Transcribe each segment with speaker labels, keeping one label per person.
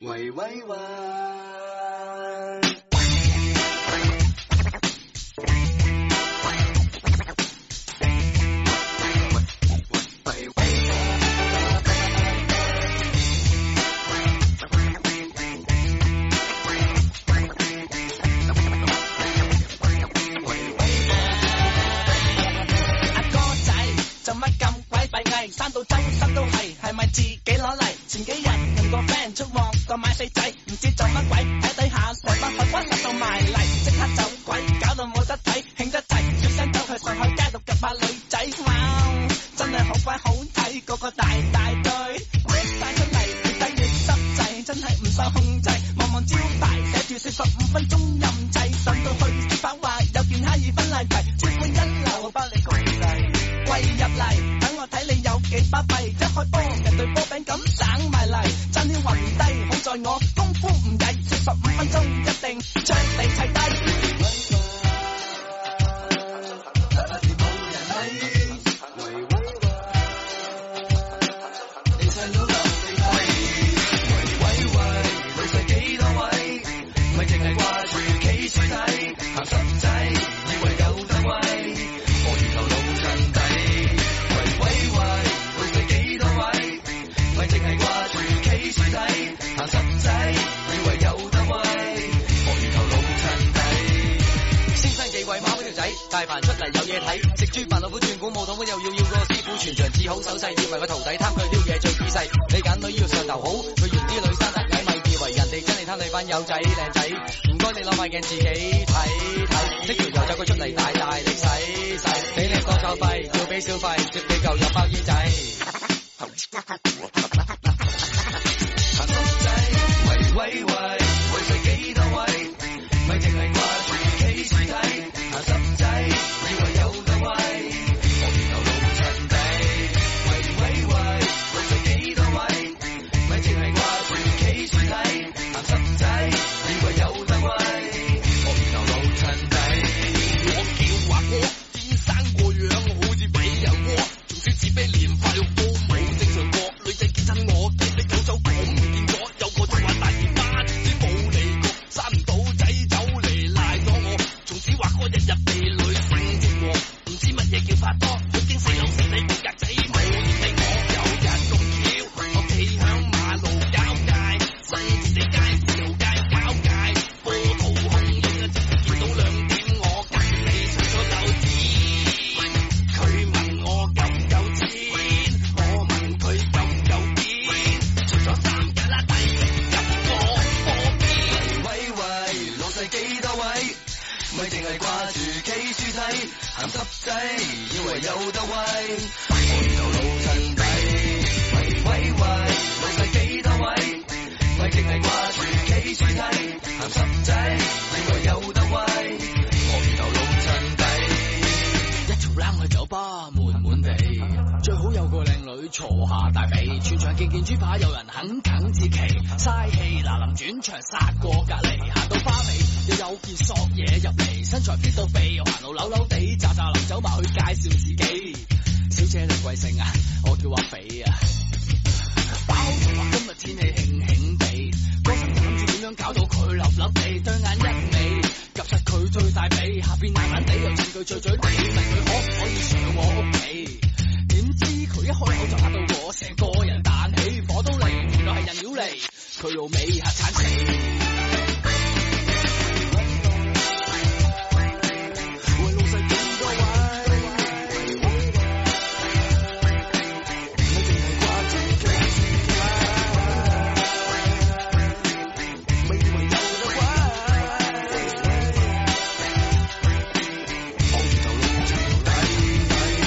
Speaker 1: 喂喂喂！
Speaker 2: 阿哥仔做乜咁鬼閉翳？生到周身都係，係咪自己攞嚟？前幾日同個 friend 出旺角買四仔，唔知做乜鬼睇睇下，成班粉骨到埋嚟，即刻走鬼，搞到冇得睇，興得滯，轉身走去上海街度夾下女仔，哇！真係好鬼好睇，個個大大對，逼晒出嚟，越睇越濕滯，真係唔受控制。望望招牌寫住四十五分鐘任制，上到去先把話有件哈爾濱爛題，千杯一流包你公仔。跪入嚟，等我睇你有幾巴閉，一開波人對波餅咁省埋嚟，爭啲暈低，好在我功夫唔曳，四十五分鐘一定將你砌低。
Speaker 3: 先生忌諱貓嗰條仔，大鵬出嚟有嘢睇，食豬飯老虎轉股舞蹈本又要要個師傅全場治好手勢，以為個徒弟貪佢撩嘢最仔細，你揀女要上頭好，佢嫌啲女生得矮咪以為人哋真係貪你班友仔靚仔，唔該你攞埋鏡自己睇睇，拎條油走佢出嚟大大力洗洗，俾你個手費要俾小費，接你嚿入包煙仔。
Speaker 4: 哎
Speaker 5: 一條冷去酒吧，悶悶地，最好有個靚女坐下大髀，全場件件豬扒有人肯啃至奇，嘥氣嗱臨轉場殺過隔離，行到花尾又有件索嘢入嚟，身材 fit 到鼻，又行路扭扭地，咋咋臨走埋去介紹自己，小姐你貴姓啊？我叫阿肥啊。包同話今日天氣興興地，個心就諗住點樣搞到佢立立地，對眼一味及實佢最大髀，下邊硬硬地又趁佢醉醉地，問佢可唔可以上我屋企？點知佢一開口就嚇到我成個人彈起，火都嚟，原來係人妖嚟，佢老尾嚇慘死。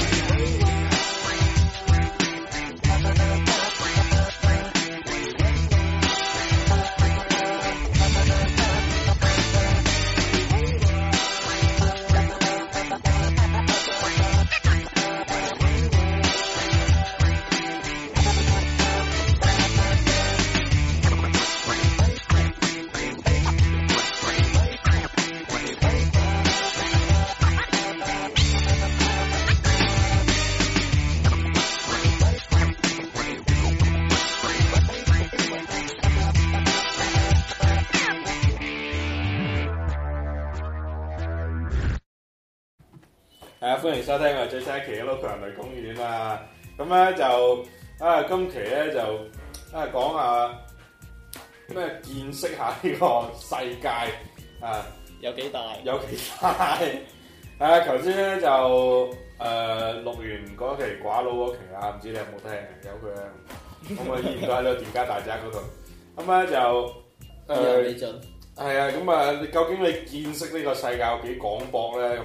Speaker 2: 喂喂喂，老細幾多位？咪淨係掛住幾時睇？鹹濕仔，以為有得威。我搖頭老襯底，喂喂喂，老細幾多位？咪淨係掛住幾時睇？鹹濕仔，以為有得威。我搖頭老襯底，喂喂喂，老細幾多位？咪淨係掛住幾時睇？鹹濕仔，以為有得威。我搖頭老襯底，喂喂喂，老細幾多位？咪淨係掛住幾時睇？鹹濕仔，以為有得威。
Speaker 1: 係啊，歡迎收聽我哋最新一期嘅《Local 人類公園》啊！咁咧就啊，今期咧就啊講下咩見識下呢個世界啊
Speaker 4: 有幾大？
Speaker 1: 有幾大？啊，頭先咧就誒、呃、錄完嗰期寡佬嗰期啦，唔知你有冇聽？有佢啊，咁我依然都喺呢個店家大宅嗰度。咁咧就
Speaker 4: 有
Speaker 1: 誒
Speaker 4: 你盡，
Speaker 1: 係啊，咁啊，究竟你見識呢個世界有幾廣博咧？咁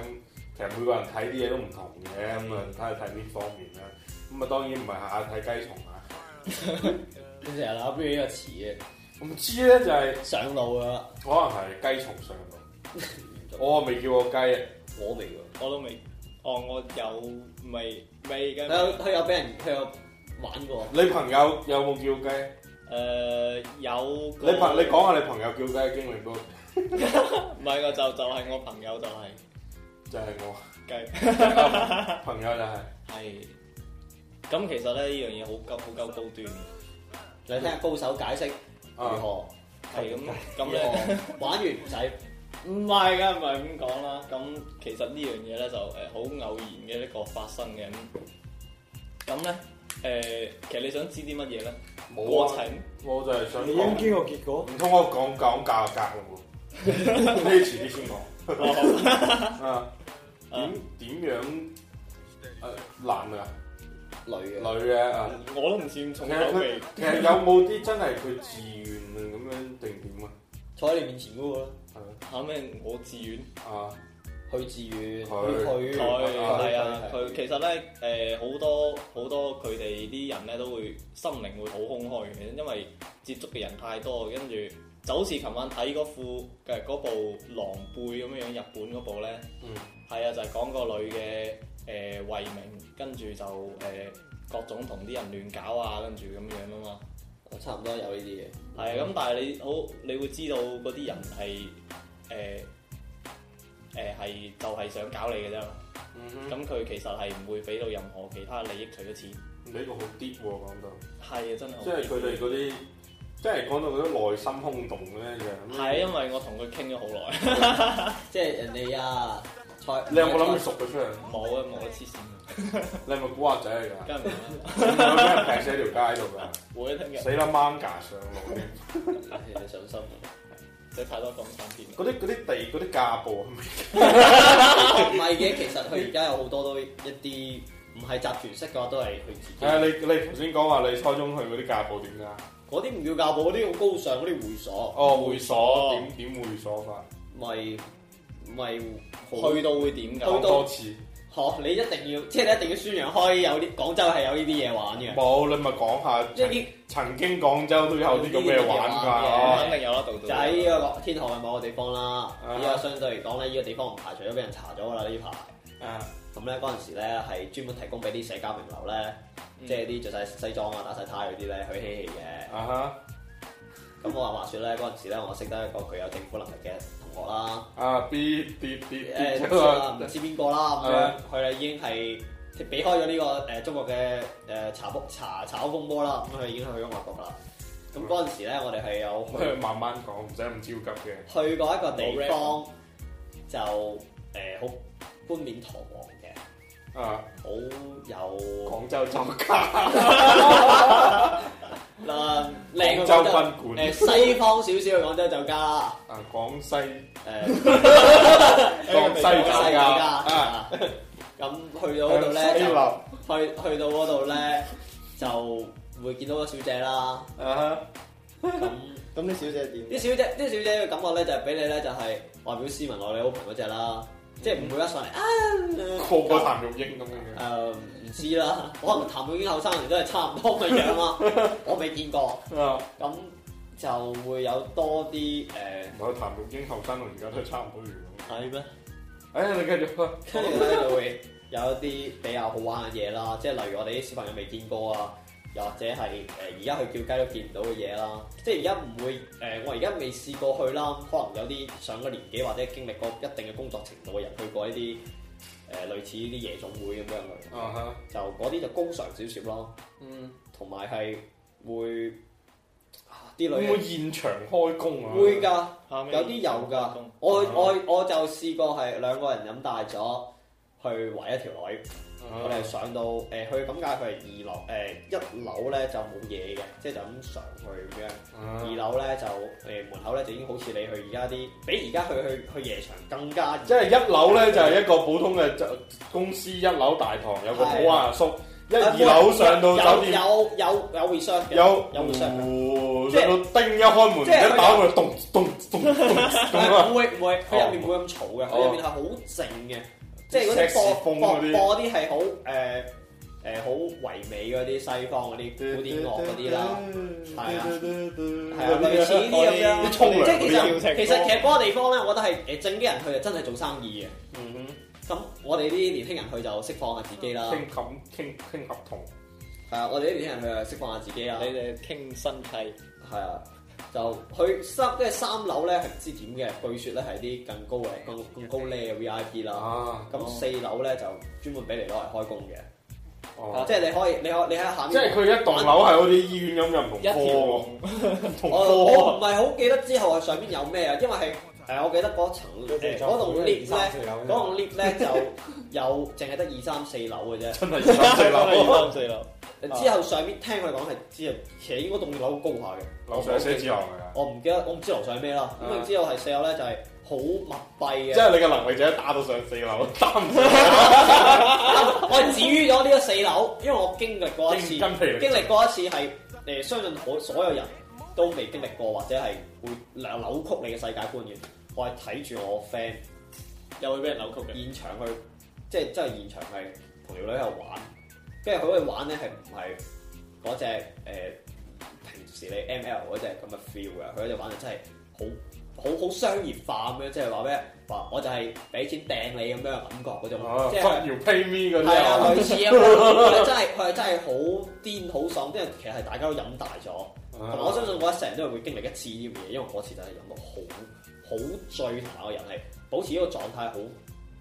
Speaker 1: 其實每個人睇啲嘢都唔同嘅，咁啊睇下睇邊方面啦。咁啊，當然唔係下下睇雞蟲啊。
Speaker 4: 你成日諗住呢個詞嘅
Speaker 1: 唔知咧就係、
Speaker 4: 上啊路㗎啦，
Speaker 1: 可能係雞蟲上腦， 我未叫過雞啊。
Speaker 4: 我未喎。
Speaker 6: 我都未，哦，我有未未嘅
Speaker 4: 佢，有佢有俾人佢有玩過，
Speaker 1: 你朋友有冇叫雞？啊
Speaker 6: 誒有個
Speaker 1: 你朋你講下你朋友叫雞嘅經歷咯，
Speaker 6: 唔係我就就係我朋友就係
Speaker 1: 就係 我
Speaker 6: 雞，
Speaker 1: 朋友就係、啊
Speaker 6: 係咁其實咧呢樣嘢好夠好夠高端，
Speaker 4: 你聽下高手解釋如
Speaker 1: 啊
Speaker 4: 何
Speaker 6: 係咁咁
Speaker 4: 如
Speaker 6: 咧
Speaker 4: 何玩完唔使。
Speaker 6: 唔係㗎，唔係咁講啦。咁其實呢樣嘢咧就誒好偶然嘅一個發生嘅咁咁咧誒，其實你想知啲乜嘢咧？過
Speaker 1: 冇啊，
Speaker 6: 程
Speaker 1: 我就係想
Speaker 7: 你已經
Speaker 1: 講，
Speaker 7: 經過結果，
Speaker 1: 唔通我講講價格 咯喎？呢啲遲啲先講
Speaker 6: 哦
Speaker 1: 啊。
Speaker 6: 啊
Speaker 1: 點點樣誒男啊
Speaker 4: 女
Speaker 1: 女
Speaker 4: 嘅，
Speaker 1: 嘅 啊？
Speaker 6: 我都唔算重
Speaker 1: 其
Speaker 6: 口
Speaker 1: 實
Speaker 6: 味
Speaker 1: 佢。其實有冇啲真係佢自願咁樣定點啊？
Speaker 4: 坐喺你面前嗰個啦，
Speaker 1: 係咯
Speaker 6: 嚇咩？我自願。
Speaker 1: 啊
Speaker 4: 許志遠，
Speaker 1: 佢
Speaker 4: 佢
Speaker 6: 佢
Speaker 1: 啊
Speaker 6: 係啊，
Speaker 4: 佢
Speaker 6: 佢其實咧誒好多好多佢哋啲人咧都會心靈會好空虛嘅，因為接觸嘅人太多，跟住就好似琴晚睇嗰副嘅嗰部《狼狽》咁樣樣，日本嗰部咧，
Speaker 1: 嗯
Speaker 6: 係啊，就係、講個女嘅誒為名，跟住就誒、呃各種同啲人亂搞啊，跟住咁樣啊嘛。
Speaker 4: 我差唔多有呢啲嘢。
Speaker 6: 係啊咁，但係你好，你會知道嗰啲人係誒誒係就係、想搞你嘅啫嘛。
Speaker 1: 嗯哼，
Speaker 6: 咁佢其實係唔會俾到任何其他利益，除咗錢。
Speaker 1: 你呢個好啲喎講到，
Speaker 6: 係啊，真係好
Speaker 1: 即係佢哋嗰啲，即係講到嗰啲內心空洞咧就咁
Speaker 6: 係啊因為我同佢傾咗好耐，
Speaker 4: 即係人哋啊，蔡
Speaker 1: 你有冇諗住熟佢出嚟？
Speaker 6: 冇啊冇啊黐線，
Speaker 1: 你係咪古惑仔嚟㗎？
Speaker 6: 梗係唔啦，
Speaker 1: 有俾人劈死喺條街度 㗎，
Speaker 6: 會一聽嘅，
Speaker 1: 死啦掹架上路添。
Speaker 4: 你上心？
Speaker 6: 食太多港產片。
Speaker 1: 嗰啲嗰啲地嗰啲架步，啊
Speaker 4: 唔係嘅，其實佢而家有好多都一啲唔係集團式嘅話，都係佢自己。
Speaker 1: 係啊！你你頭先講話你初中去嗰啲架步點㗎？
Speaker 4: 嗰啲唔叫教保，嗰啲好高尚，嗰啲會所
Speaker 1: 哦，會所點點會所法，
Speaker 4: 咪咪好
Speaker 6: 去到會點
Speaker 4: 到
Speaker 1: 講
Speaker 6: 㗎？
Speaker 1: 多次。
Speaker 4: 學你一定要， 即係你一定要宣揚開有啲廣州係有呢啲嘢玩嘅，
Speaker 1: 冇，你咪講下，
Speaker 4: 即係啲
Speaker 1: 曾經廣州都有啲咁嘅玩
Speaker 4: 哦
Speaker 1: 法。
Speaker 6: 肯定有啦，度度。
Speaker 4: 就喺呢個天河嘅某個地方啦。
Speaker 1: 啊
Speaker 4: 依家相對嚟講咧，呢個地方唔排除咗俾人查咗㗎啦呢排。
Speaker 1: 啊，
Speaker 4: 咁咧嗰陣時咧係專門提供俾啲社交名流咧，
Speaker 1: 嗯
Speaker 4: 即係啲着晒西裝啊、打晒呔嗰啲咧去嬉戲嘅。
Speaker 1: 啊哈，
Speaker 4: 咁我話話説咧嗰陣時咧，我識得一個具有政府能力嘅同學啦，
Speaker 1: 啊 B B B
Speaker 4: 誒唔
Speaker 1: B 出
Speaker 4: 知 啦，唔
Speaker 1: 啊，
Speaker 4: 知邊個啦咁
Speaker 1: 嗯啊
Speaker 4: 樣，佢咧已經係即係避開咗呢個誒中國嘅誒茶煲茶炒風波啦，咁佢已經去咗外國㗎啦。咁嗰陣時咧，我哋係有去
Speaker 1: 慢慢講，唔使咁焦急嘅。
Speaker 4: 去過一個地方，就誒好冠冕堂皇嘅，
Speaker 1: 啊，
Speaker 4: 好有
Speaker 1: 廣州酒家、
Speaker 4: 嗱 靚
Speaker 1: 廣
Speaker 4: 嘅
Speaker 1: 州
Speaker 4: 廣州
Speaker 1: 賓館
Speaker 4: 誒呃西方少少嘅廣州酒家啦，
Speaker 1: 啊，廣西
Speaker 4: 誒
Speaker 1: 廣西酒
Speaker 4: 呃西
Speaker 1: 家
Speaker 4: 家
Speaker 1: 啊，
Speaker 4: 啊，咁去到嗰度咧
Speaker 1: 西
Speaker 4: 就
Speaker 1: 樓啊
Speaker 4: 去去到嗰度咧就會見到個小姐啦，
Speaker 1: 啊哈。
Speaker 4: 咁
Speaker 7: 咁啲小姐點？
Speaker 4: 啲小姐啲小姐嘅感覺咧就係俾你咧就係外表斯文內裏 open 嗰只啦，即係唔會一上嚟
Speaker 1: 嗯
Speaker 4: 啊
Speaker 1: 個個譚玉英咁樣
Speaker 4: 誒唔知啦，可能譚詠麟後生嗰時都係差唔多嘅樣 啦，我未見過，
Speaker 1: 嘅，啊，
Speaker 4: 咁就會有多啲呃誒
Speaker 1: 唔係譚玉英後生到而家都差唔多樣。
Speaker 4: 係咩？
Speaker 1: 誒，你繼續啊，
Speaker 4: 跟住咧就會有一啲比較好玩嘅嘢啦，即係例如我哋啲小朋友未見過啊，又或者係誒呃而家去叫雞都見唔到嘅嘢啦，即係而家唔會誒、呃我而家未試過去啦，可能有啲上咗年紀或者經歷過一定嘅工作程度嘅人去過呢啲誒類似呢啲夜總會咁樣嘅，
Speaker 1: 啊哈，
Speaker 4: 就嗰啲就高尚少少咯。
Speaker 1: 嗯，
Speaker 4: 同埋係會啊啲
Speaker 1: 會
Speaker 4: 女
Speaker 1: 唔會現場開工啊？
Speaker 4: 會㗎，
Speaker 6: 下面
Speaker 1: 嗯
Speaker 4: 有啲有㗎。我我我就試過係兩個人飲大咗，去去圍一條女。
Speaker 1: 啊嗯
Speaker 4: 我哋上到誒，佢咁解佢係二樓誒、一樓咧就冇嘢嘅，即係就咁上去咁樣。
Speaker 1: 嗯啊
Speaker 4: 二樓咧就誒、門口咧就已經好似你去而家啲，比而家去去去夜場更加熱
Speaker 1: 即係一樓咧就係一個普通嘅就公司一樓大堂有個保安阿叔，一
Speaker 4: 啊
Speaker 1: 二樓上到酒店
Speaker 4: 有有有有 research 嘅
Speaker 1: 有
Speaker 4: 有 research 嘅。
Speaker 1: 呼
Speaker 4: 即係
Speaker 1: 上到叮一開門
Speaker 4: 即係佢
Speaker 1: 一打開門，咚咚咚咚咁
Speaker 4: 但係
Speaker 1: 啊！
Speaker 4: 唔會唔會，佢入面
Speaker 1: 哦
Speaker 4: 唔會咁嘈嘅，
Speaker 1: 哦
Speaker 4: 佢入面係好靜嘅，即係嗰
Speaker 1: 石屎
Speaker 4: 啲播
Speaker 1: 風
Speaker 4: 播
Speaker 1: 嗰啲
Speaker 4: 播啲係好誒誒好唯美嗰啲西方嗰啲古典樂嗰 啲啦。係啊係啊，類似呢啲咁
Speaker 1: 嗯啲
Speaker 4: 樣，
Speaker 1: 沖涼
Speaker 4: 即係其
Speaker 6: 嗰啲
Speaker 4: 實其實其實嗰個地方咧，我覺得係誒正經人去就真係做生意嘅。
Speaker 1: 嗯
Speaker 4: 咁我哋啲年輕人去就釋放下自己啦
Speaker 1: 哼，。傾冚傾傾合同，
Speaker 4: 係啊，我哋啲年輕人去就釋放下自己啦。
Speaker 1: 嗯
Speaker 6: 你哋傾身契，
Speaker 4: 係啊，就去三跟住三樓咧係唔知點嘅，據說咧係啲更高嘅更更高 level 嘅 VIP 啦。
Speaker 1: 啊，
Speaker 4: 咁四樓咧就專門俾嚟攞嚟開工嘅，啊
Speaker 1: 哦
Speaker 4: 即係你可以你可你喺下面。
Speaker 1: 即係佢一棟樓係好似醫院咁又唔同
Speaker 6: 一條
Speaker 1: 科喎
Speaker 6: 龍，
Speaker 1: 唔同科
Speaker 4: 我我唔
Speaker 1: 喎，
Speaker 4: 係好記得之後係上面有咩啊，因為係誒我記得嗰層誒嗰棟 lift 咧，嗰棟 lift 咧就有淨係得二三四樓嘅啫。
Speaker 1: 真係二三四樓，
Speaker 6: 二三四樓，
Speaker 4: 之後上面聽佢講係之後其實應該棟樓好高下嘅，
Speaker 1: 樓上寫字樓嚟㗎。
Speaker 4: 我唔記得我唔知樓上係咩啦。咁
Speaker 1: 啊
Speaker 4: 然之後係四樓咧就係好密閉嘅。
Speaker 1: 即係你嘅能力就係打到上四樓，打唔上
Speaker 4: 我係止於咗呢個四樓，因為我經歷過一次，
Speaker 1: 筋筋疲 力盡
Speaker 4: 經歷過一次係誒、呃相信可所有人都未經歷過，或者係會扭曲你嘅世界觀嘅。我係睇住我 friend
Speaker 6: 又會俾人扭曲嘅。
Speaker 4: 現場去，即係真係現場係同條女喺度玩，跟住佢嗰啲玩咧係唔係嗰只誒平時你 M L 嗰只咁嘅 feel 嘅，佢嗰只玩就真係好好好商業化咁樣，即係話咩話我就係俾錢掟你咁樣嘅感覺嗰種，
Speaker 6: 哦
Speaker 1: 啊
Speaker 4: 即係。
Speaker 1: ，fuck you pay me 嗰啲
Speaker 4: 係啊，
Speaker 1: 啊
Speaker 4: 類似啊，佢真係佢真係好癲好爽，因為其實係大家都飲大咗，同埋我相信我一成日都係會經歷一次呢樣嘢，因為嗰次真係飲到好好醉下嘅人係保持呢個狀態好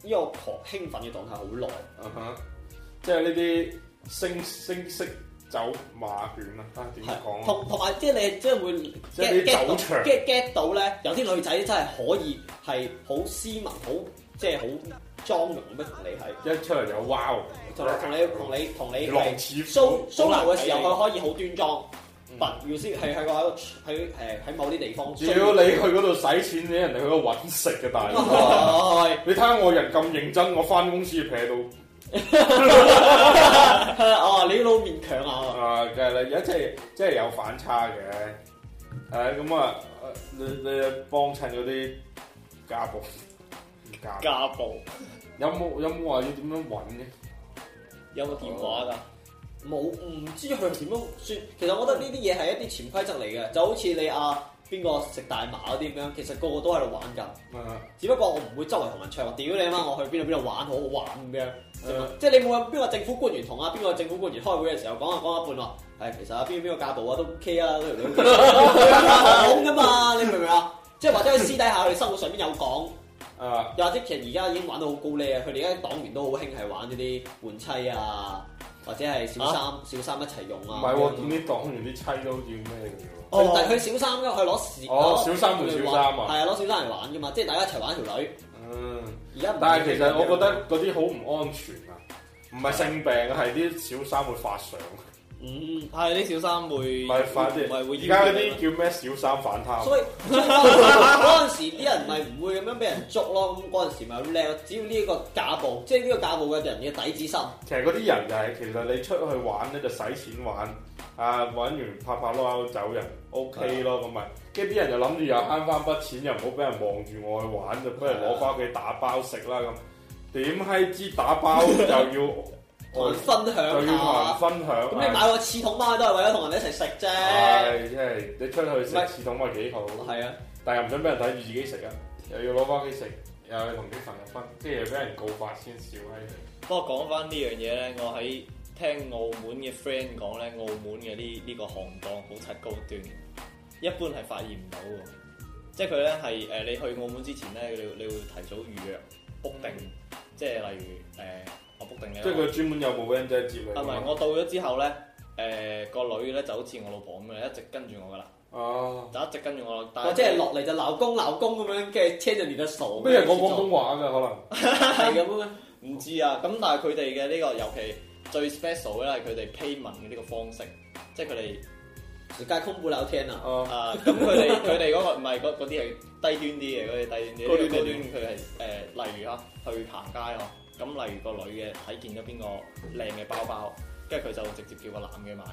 Speaker 4: 呢個狂興奮嘅狀態好耐，
Speaker 1: 啊哈，即係呢啲星星式走馬圈啊，啊點
Speaker 4: 係
Speaker 1: 講啊？
Speaker 4: 同同埋即係你即係會
Speaker 1: 即係
Speaker 4: get
Speaker 1: 啲
Speaker 4: get
Speaker 1: 酒
Speaker 4: 到
Speaker 1: 場
Speaker 4: get get 到咧，有啲女仔真係可以係好斯文好即係好妝容咁樣同你係。
Speaker 1: 一出嚟就哦 wow，
Speaker 4: 同同你同你同你
Speaker 1: 狼
Speaker 4: 係
Speaker 1: 似虎
Speaker 4: show show
Speaker 6: 好難
Speaker 4: 流嘅時候，
Speaker 6: 睇
Speaker 4: 佢可以好端莊
Speaker 1: 嗯。
Speaker 4: 不，要先係喺個喺個喺誒喺某啲地方。
Speaker 1: 只要你去嗰度使錢，你人哋去嗰度揾食嘅 大佬。
Speaker 4: 哦係
Speaker 1: 你睇下我人咁認真，我翻公司撇到
Speaker 4: 哦，你老面強啊！
Speaker 1: 啊，梗係啦，而家即係即係有反差嘅。誒咁啊，啊你你幫襯嗰啲家暴家暴
Speaker 6: 家暴
Speaker 1: 有冇有冇話要點樣揾嘅？
Speaker 6: 有冇電話㗎？
Speaker 4: 冇唔知佢點樣算。其實我覺得呢啲嘢係一啲潛規則嚟嘅，就好似你啊邊個食大麻嗰啲咁樣，其實個個都喺度玩緊。
Speaker 1: 啊
Speaker 4: 只不過我唔會周圍同人唱，我屌你媽！我去邊度邊度玩好好玩咁樣，
Speaker 1: 嗯
Speaker 4: 即係你冇有邊個政府官員同啊邊個政府官員開會嘅時候講下講一半話，係其實啊邊邊個家暴啊都 OK 啊，都 條女講噶嘛，你明唔明啊？即係或者佢私底下佢哋生活上邊有講，
Speaker 1: 啊！
Speaker 4: 又或者其實而家已經玩到好高呢啊！佢哋而家黨員都好興係玩嗰啲換妻啊，或者係小三、小三一齊用
Speaker 1: 唔
Speaker 4: 啊。
Speaker 1: 係喎，見啲黨員啲妻都好似咩嘅
Speaker 4: 佢但係佢小三因為佢攞小
Speaker 1: 哦
Speaker 4: 攞
Speaker 1: 小三同小三啊
Speaker 4: 係啊攞小三嚟玩噶嘛，即係大家一齊玩條女。
Speaker 1: 喎。嗯，
Speaker 4: 而家唔
Speaker 1: 但係其
Speaker 6: 嗯
Speaker 1: 實我覺得嗰啲好唔安全啊，唔係性病啊，係啲小三會發上，
Speaker 4: 嗯，
Speaker 6: 係啲小三會
Speaker 1: 唔係發
Speaker 6: 唔係會啊
Speaker 1: 啲。而家嗰啲叫咩小三反貪？啊
Speaker 4: 所以 所以嗰陣時啲人咪唔會咁樣俾人捉咯，咁嗰陣時咪好叻。只要呢一個假暴，即係呢個假暴嘅人嘅底子深，
Speaker 1: 其實嗰啲人就係其實你出去玩咧就使錢玩，啊玩完拍拍攞走人，OK 咯咁咪。跟住啲人就諗住又慳翻筆錢，又唔好俾人望住我去玩，就不如攞翻屋企打包食啦咁。點閪知打包又要
Speaker 4: 同人分享
Speaker 1: 就要
Speaker 4: 下。
Speaker 1: 同人分享
Speaker 4: 咁你
Speaker 1: 啊。
Speaker 4: 買個刺筒包都係為咗同人哋一齊食啫。
Speaker 1: 唉，真係你出去
Speaker 4: 唔係
Speaker 1: 食刺筒咪幾好，
Speaker 4: 係啊，
Speaker 1: 但係又唔想俾人睇住自己食啊，又要攞翻屋企食，又要同啲朋友分，即係又俾人告發先笑閪你。
Speaker 6: 不過講翻呢樣嘢咧，我喺聽澳門嘅 friend 講咧，澳門嘅呢呢個行當好柒高端，一般係發現唔到喎。即係佢咧係誒，你去澳門之前咧，你你會提早預約 book 定，即係例如誒、我 book 定你啦。
Speaker 1: 嗯即係佢專門有部 van 仔接你㗎
Speaker 6: 啊唔係
Speaker 1: 嘛。
Speaker 6: 我到咗之後咧，誒、個女咧就好似我老婆咁樣，一直跟住我噶啦，
Speaker 1: 哦，
Speaker 6: 就一直跟住我。但
Speaker 4: 或者係落嚟就鬧公鬧公咁樣，跟住車就變得傻。
Speaker 1: 咩人講廣東話㗎？可能
Speaker 4: 係咁樣咩？
Speaker 6: 唔唔知啊，咁但係佢哋嘅呢個尤其最 special 嘅咧，係佢哋 payment 嘅呢個方式，即係佢哋。
Speaker 4: 時間空布樓天啊！
Speaker 1: 哦，
Speaker 6: 啊，咁佢哋 佢哋嗰個唔係嗰嗰啲係低端啲嘅，嗰啲低
Speaker 1: 高端
Speaker 6: 端啲，
Speaker 1: 高
Speaker 6: 高
Speaker 1: 端
Speaker 6: 端佢係誒，例如啊，去行街啊，咁例如個女嘅睇見咗邊個靚嘅包包，跟住佢就直接叫個男嘅買，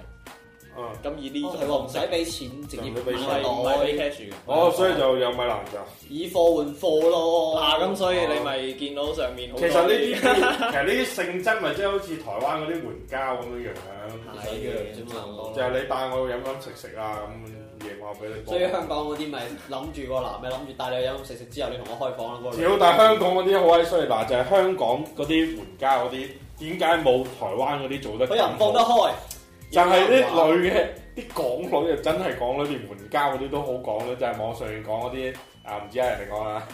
Speaker 1: 嗯，
Speaker 6: 咁以呢種
Speaker 4: 哦係喎，唔
Speaker 6: 方式
Speaker 4: 使俾錢，直接
Speaker 1: 唔使俾
Speaker 6: 哦唔
Speaker 1: 錢
Speaker 6: 係唔係俾 cash 嘅。
Speaker 1: 哦，所以就又咪難就。
Speaker 4: 以貨換貨咯。
Speaker 6: 啊，咁所以你咪見到上面好
Speaker 1: 其
Speaker 6: 多
Speaker 1: 實呢啲， 其實呢啲性質咪即係好似台灣嗰啲援交咁樣
Speaker 4: 啊
Speaker 1: 樣，
Speaker 6: 係啊嘅
Speaker 4: 啫嘛
Speaker 1: 就係你帶我去飲飲食食啊咁，夜晚俾你
Speaker 4: 所以
Speaker 1: 幫。
Speaker 4: 香港嗰啲咪諗住個男嘅諗住帶你去飲飲食食之後，你同我開房啦嗰個女
Speaker 1: 屌！但係香港嗰啲好閪衰，嗱就係香港嗰啲援交嗰啲，點解冇台灣嗰啲做得
Speaker 4: 佢
Speaker 1: 咁
Speaker 4: 又唔放得
Speaker 1: 好？
Speaker 4: 開，
Speaker 1: 就係啲女嘅，啲港女就真係港女，連援交嗰啲都好港女，就係、網上面講嗰啲啊，唔 知係人哋講啦，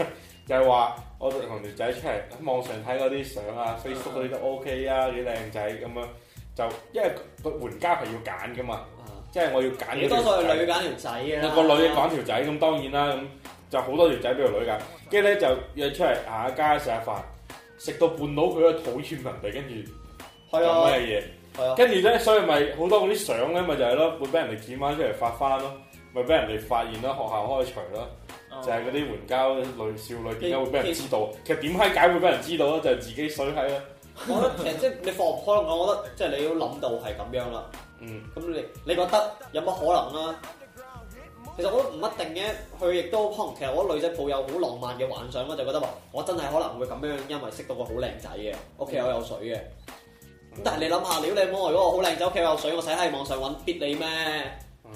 Speaker 1: 就係話我哋同條仔出嚟喺網上睇嗰啲相啊，Facebook 嗰啲都 OK 啊，幾靚仔咁樣，就因為個援交係要揀噶嘛，即係我要揀
Speaker 4: 你
Speaker 1: 一
Speaker 4: 多
Speaker 1: 條
Speaker 4: 數係
Speaker 1: 仔
Speaker 4: 女揀條仔啊嘅啦。
Speaker 1: 個女嘅講條仔，咁當然啦，咁就好多條仔俾條女㗎，跟住咧就約出嚟行下街食下飯，食到半路佢都討厭人哋，跟住
Speaker 4: 係
Speaker 1: 做咩
Speaker 4: 啊，
Speaker 1: 嘢？
Speaker 4: 係啊，
Speaker 1: 跟住咧，所以咪好多嗰啲相咧，咪就係咯，會俾人哋剪翻出嚟發翻咯，咪俾人哋發現咯，學校開除咯，就係嗰啲援交女少女點解會俾人知道？其實點閪解會俾人知道咧？就係自己水閪啦。
Speaker 4: 我覺得其實即係你放唔開，我覺得即係你要諗到係咁樣啦。
Speaker 1: 嗯，
Speaker 4: 咁你你覺得有乜可能啊？其實我都唔一定嘅，佢亦都可能其實我覺得女仔抱有好浪漫嘅幻想，我就覺得話我真係可能會咁樣，因為識到個好靚仔嘅，屋企又有水嘅。咁但係你諗下，屌你冇，如果我好靚仔，屋企有水，我使喺網上揾必你咩？
Speaker 1: 嗯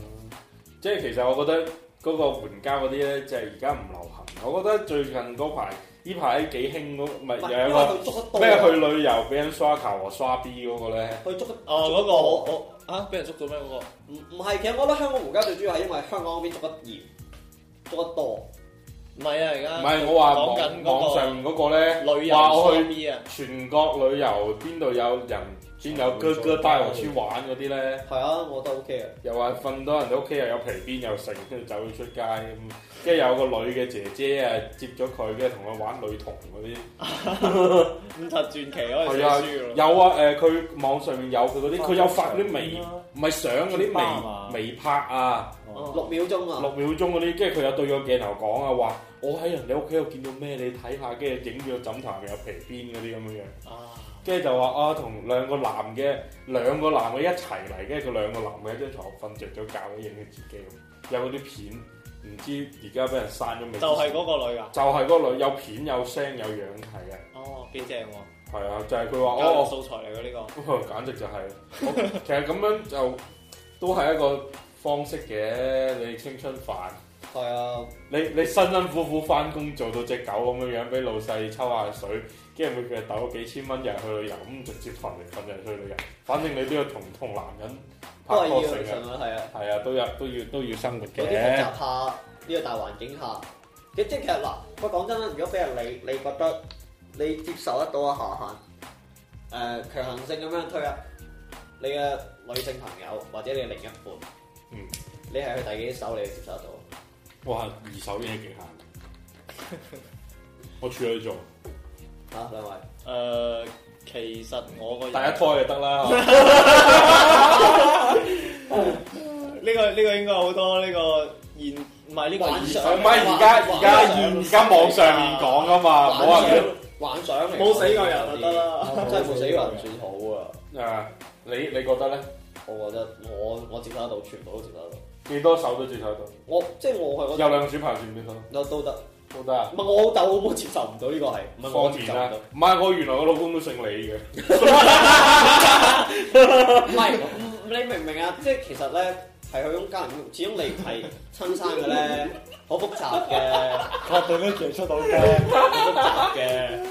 Speaker 1: 即係其實我覺得嗰個援交嗰啲咧，就係而家唔流行。我覺得最近嗰排呢排幾興嗰，唔係
Speaker 4: 唔係
Speaker 1: 又有
Speaker 4: 因為
Speaker 1: 個
Speaker 4: 佢捉得到
Speaker 1: 咩
Speaker 4: 啊，
Speaker 1: 去旅遊俾人刷卡和刷 B 嗰個咧，
Speaker 4: 佢捉得
Speaker 6: 哦嗰個我我啊俾人捉咗咩嗰個？
Speaker 4: 唔唔係，其實我覺得香港而家最主要係因為香港嗰邊捉得嚴，捉得多。
Speaker 6: 唔係啊，而家
Speaker 1: 唔係我話
Speaker 6: 講緊
Speaker 1: 網網上
Speaker 6: 嗰
Speaker 1: 面嗰個咧。
Speaker 6: 個旅遊
Speaker 1: 話我去
Speaker 6: B 啊，
Speaker 1: 全國旅遊邊度有人邊有哥哥帶我去玩嗰啲咧，
Speaker 4: 係啊，我覺得 OK 嘅。
Speaker 1: 又話瞓到人哋屋企又有皮鞭又剩，跟住走咗出街咁，跟住有個女嘅姐姐啊接咗佢，跟住同佢玩女童嗰啲。
Speaker 6: 五塔傳奇嗰陣
Speaker 1: 係
Speaker 6: 寫
Speaker 1: 啊
Speaker 6: 書㗎咯，
Speaker 1: 有啊，誒佢網上面有佢嗰啲，佢有發嗰啲微
Speaker 6: 啊
Speaker 1: 唔係相嗰
Speaker 6: 貼吧嘛
Speaker 1: 啲微微拍啊，
Speaker 6: 哦
Speaker 4: 六秒鐘啊，
Speaker 1: 六秒鐘嗰啲，跟住佢有對個鏡頭講啊話，我喺人哋屋企度見到咩你睇下，跟住影住個枕頭入面有皮鞭嗰啲咁樣樣。
Speaker 6: 啊。
Speaker 1: 跟住就話啊，同兩個男嘅兩個男嘅一齊嚟，跟住佢兩個男嘅喺張床瞓着咗覺，影咗自己咁。有嗰啲片，唔知而家俾人刪咗未？
Speaker 6: 就係嗰個女啊！
Speaker 1: 就係嗰個女有片有聲有樣睇嘅，
Speaker 6: 哦，幾正喎！
Speaker 1: 係啊，就係佢話
Speaker 6: 教育
Speaker 1: 哦，
Speaker 6: 素材嚟嘅呢個。
Speaker 1: 哦簡直就係、 我其實咁樣就都係一個方式嘅，你青春飯。
Speaker 4: 係啊，
Speaker 1: 你你辛辛苦苦翻工做到只狗咁樣樣，俾老細抽下水，跟住每個月抖幾千蚊日去旅遊，咁直接瞓嚟瞓就去旅遊。反正你都要同同男人
Speaker 4: 都
Speaker 1: 拍
Speaker 4: 係
Speaker 1: 拖
Speaker 4: 要
Speaker 1: 成
Speaker 4: 上
Speaker 1: 日，
Speaker 4: 啊，係啊。
Speaker 1: 係啊，都有都要都要生活
Speaker 4: 有啲複
Speaker 1: 嘅。
Speaker 4: 雜下呢個大環境下，即即其實嗱，我講真啦，如果俾人你，你覺得你接受得到嘅下限，誒、強行性咁樣推啊，你嘅女性朋友或者你嘅另一半，
Speaker 1: 嗯，
Speaker 4: 你係去第幾手你接受得到？
Speaker 1: 哇！二手嘢極限， 我處女座，
Speaker 4: 嚇、兩位，
Speaker 6: 誒、其實我個
Speaker 1: 第
Speaker 6: 人
Speaker 1: 一胎就得啦。
Speaker 6: 呢個呢個應該好多呢個現唔係呢個
Speaker 4: 幻
Speaker 6: 現
Speaker 4: 想
Speaker 1: 唔係而家而家現而家網上面講啊嘛，
Speaker 4: 幻
Speaker 1: 冇話
Speaker 4: 想，幻想嚟
Speaker 6: 冇死過人就得 啦
Speaker 4: 講真係冇死過人算好啊！
Speaker 1: 你啊，你你覺得咧？
Speaker 4: 我覺得我我接受得到，全部都接受得到。
Speaker 1: 幾多手都接受到？
Speaker 4: 我即係我係覺
Speaker 1: 有兩主牌算唔算到？
Speaker 4: 得都得，
Speaker 1: 都得啊！
Speaker 4: 唔係我老豆好冇接受唔到呢個係，唔係我
Speaker 1: 放
Speaker 4: 接
Speaker 1: 田
Speaker 4: 受唔
Speaker 1: 啦
Speaker 4: 到。，
Speaker 1: 唔係我原來我老公都姓 李嘅，
Speaker 4: 唔係，唔你明唔明啊？即係其實咧，係佢種家人，始終你係親生嘅咧，好複雜嘅，
Speaker 6: 確定都做出到嘅。
Speaker 4: 好複雜嘅。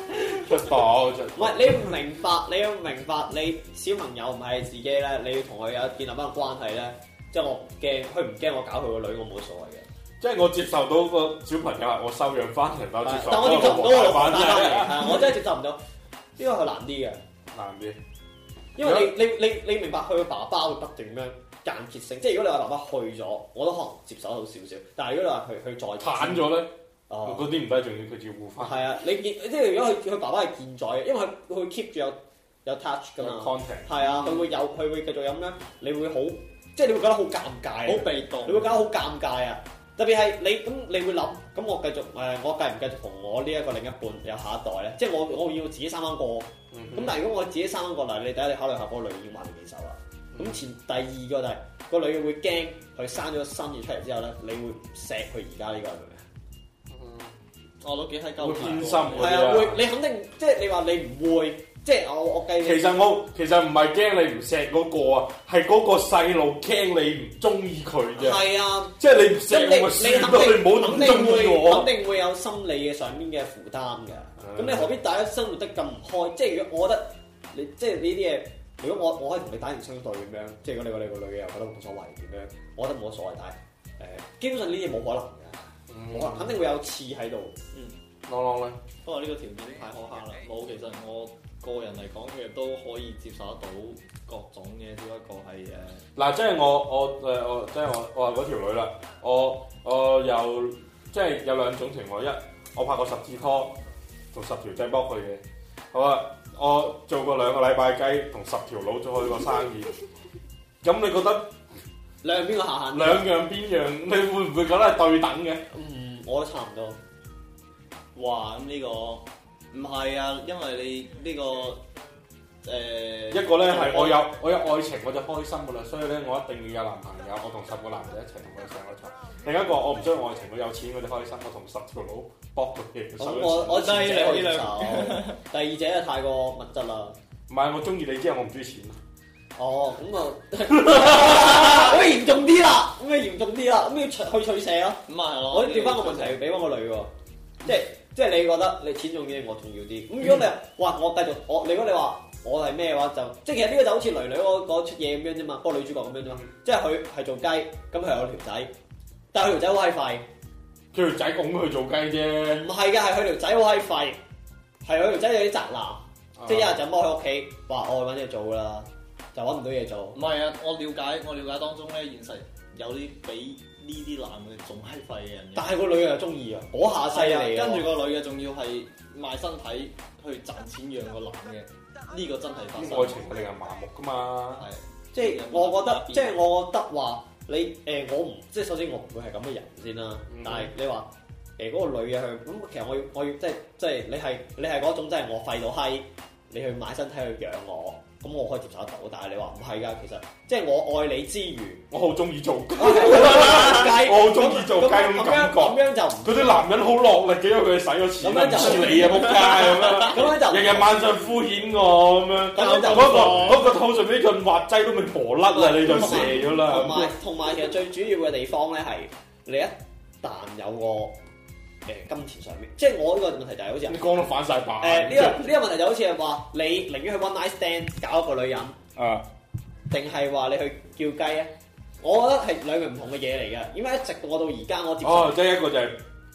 Speaker 1: 出道出
Speaker 4: 唔係你唔明白，你要明白，你小朋友唔係自己咧，你要同佢有建立一個關係咧。即係我唔驚，佢唔驚我搞佢個女，我冇所謂嘅。
Speaker 1: 即係我接受到個小朋友係我收養翻嚟，但我接受
Speaker 4: 但我接受唔到我老
Speaker 1: 老
Speaker 4: 婆
Speaker 1: 反
Speaker 4: 打
Speaker 1: 真
Speaker 4: 翻嚟，
Speaker 1: 係
Speaker 4: 係啊我真係接受唔到。呢個係難啲嘅，
Speaker 1: 難啲。
Speaker 4: 因為你你你你明白佢個爸爸會不斷咁樣間哦歇性，即係如果你話爸爸去咗，我都可能接受得到少少。但係如果你話佢佢再
Speaker 1: 攤咗咧，
Speaker 4: 哦，
Speaker 1: 嗰啲唔得，仲要佢照顧翻
Speaker 4: 係啊，你見即係如果佢佢爸爸係健在嘅，因為佢佢會 keep 住有有 touch
Speaker 1: 個
Speaker 4: 㗎嘛。
Speaker 1: contact。
Speaker 4: 係啊，佢會有佢會繼續飲咧，你會好即係你會覺得好尷尬，啊
Speaker 6: 好被動
Speaker 4: 你會覺得好尷尬啊！特別係你咁，你會諗咁我繼續誒、我繼唔繼續同我呢一個另一半有下一代咧？即係我我要自己生翻個咁，
Speaker 1: 咁
Speaker 4: 但係如果我自己生翻個嗱，你第一你考慮下嗰個女已經買定幾手啦。啊咁前第二個就係、個女會驚佢生咗新嘢出嚟之後咧，你會唔錫佢而家呢個係咪？
Speaker 6: 我都幾閪鳩
Speaker 1: 會偏心喎
Speaker 4: 係啊，會你肯定即係你話你唔會，即係我我計你
Speaker 1: 其實我其實唔係驚你唔錫嗰個啊，係嗰個細路驚你唔中意佢啫。
Speaker 4: 係啊，
Speaker 1: 即係你
Speaker 4: 咁你
Speaker 1: 唔錫我，咪
Speaker 4: 你
Speaker 1: 算
Speaker 4: 肯
Speaker 1: 咯，你
Speaker 4: 定
Speaker 1: 唔好
Speaker 4: 肯定
Speaker 1: 咁中意
Speaker 4: 會肯
Speaker 1: 我。
Speaker 4: 定會有心理嘅上面嘅負擔嘅。咁
Speaker 1: 嗯
Speaker 4: 你何必大家生活得咁唔開？即係如果我覺得你即係呢啲嘢，如果我我可以同你打完相對咁樣，即係如果你個你個女嘅又覺得冇所謂點樣，我覺得冇乜所謂，但係誒基本上呢啲嘢冇可能㗎，冇
Speaker 1: 嗯
Speaker 4: 可能，肯定會有刺喺度。
Speaker 1: 朗朗咧，
Speaker 6: 不過呢個條件太苛刻啦。冇，其實我個人嚟講，佢哋都可以接受得到各種嘅，只不過係誒。
Speaker 1: 嗱，即係我我誒我即係我我係嗰條女啦，我我有即係有兩種情況，一我拍過十次拖，同十條仔幫佢嘅，好啊，我做過兩個禮拜雞，同十條佬做開個生意，咁你覺得
Speaker 4: 兩邊個下限，
Speaker 1: 兩樣邊樣，你會唔會覺得係對等嘅？
Speaker 4: 嗯，我都差唔多。
Speaker 6: 哇！咁呢、個唔係啊，因為你呢、個誒、
Speaker 1: 一個咧係我有我有愛情我就開心噶啦，所以咧我一定要有男朋友，我同十個男仔一齊同佢上個床。另一個我唔需要愛情，我有錢我就開心，我同十條佬搏佢嘅。
Speaker 4: 我
Speaker 1: 手一
Speaker 4: 我
Speaker 1: 次
Speaker 4: 我前者可以接
Speaker 6: 低你
Speaker 4: 受，第二者就太過物質啦。
Speaker 1: 唔係我中意你之後，我唔中意錢。啊
Speaker 4: 哦，咁啊，咁嚴重啲啦，咁啊嚴重啲啦，咁要取去取捨咯。
Speaker 6: 咁啊係咯，
Speaker 4: 我調翻個問題俾翻個女喎，即係即係你覺得你錢重要定我重要啲？咁如果
Speaker 6: 嗯
Speaker 4: 你話我繼續我，如果你話我係咩嘅話就，即係其實呢個就好似女女嗰嗰出嘢咁樣啫嘛，嗰個女主角咁樣啫
Speaker 6: 嗯
Speaker 4: 嘛，即係佢係做雞，咁佢有條仔，但係佢條仔好閪廢，
Speaker 1: 佢條仔拱佢做雞啫，
Speaker 4: 唔係嘅係佢條仔好閪廢，係佢條仔有啲宅男，
Speaker 6: 啊
Speaker 4: 即係
Speaker 1: 啊
Speaker 4: 一日就踎喺屋企話我揾嘢做啦，就揾唔到嘢做。
Speaker 6: 唔係啊，我了解我了解當中咧，現實有啲比呢啲男嘅仲閪廢嘅人嘅
Speaker 4: 但。係個女又中意啊，嗰下犀
Speaker 6: 係啊
Speaker 4: 利啊！
Speaker 6: 跟住個女嘅仲要係賣身體去賺錢養個男嘅，呢、個真係發生。
Speaker 1: 啲愛情令人麻木噶嘛。
Speaker 6: 係
Speaker 4: 即係我覺得，即係我覺得話你誒、我唔即係首先我唔會係咁嘅人先啦。
Speaker 1: 嗯
Speaker 4: 但係你話誒嗰個女嘅去咁，其實我要我要即係即係你係你係嗰種即係我廢到閪，你去買身體去養我，咁我可以接受得到。但係你話唔係㗎，其實即係我愛你之餘，
Speaker 1: 我好中意做 雞，
Speaker 4: 我係
Speaker 1: 我好中意做雞咁感
Speaker 4: 樣
Speaker 1: 覺。
Speaker 4: 咁樣 就唔
Speaker 1: 嗰啲男人好落力嘅，因為佢哋使咗錢啊，
Speaker 4: 咁樣
Speaker 1: 唔
Speaker 4: 就
Speaker 1: 似你啊仆街
Speaker 4: 咁樣
Speaker 1: 咁樣，
Speaker 4: 就
Speaker 1: 日日晚上敷衍我咁樣，
Speaker 4: 咁樣就
Speaker 1: 嗰個嗰個套上面啲潤滑劑都未磨甩啦，你就射咗
Speaker 4: 同
Speaker 1: 啦
Speaker 4: 埋。同埋，其實最主要嘅地方咧係你一旦有個誒金錢上面，即係我呢個問題就係好似
Speaker 1: 你講到反晒白。
Speaker 4: 誒哎呢個呢個問題就好似係話你寧願去 one night stand 搞一個女人，
Speaker 1: 個啊，
Speaker 4: 定係話你去叫雞啊？我覺得係兩樣唔同嘅嘢嚟嘅，點解一直到我到而家我接
Speaker 1: 哦
Speaker 4: 受，
Speaker 1: 即係一個就係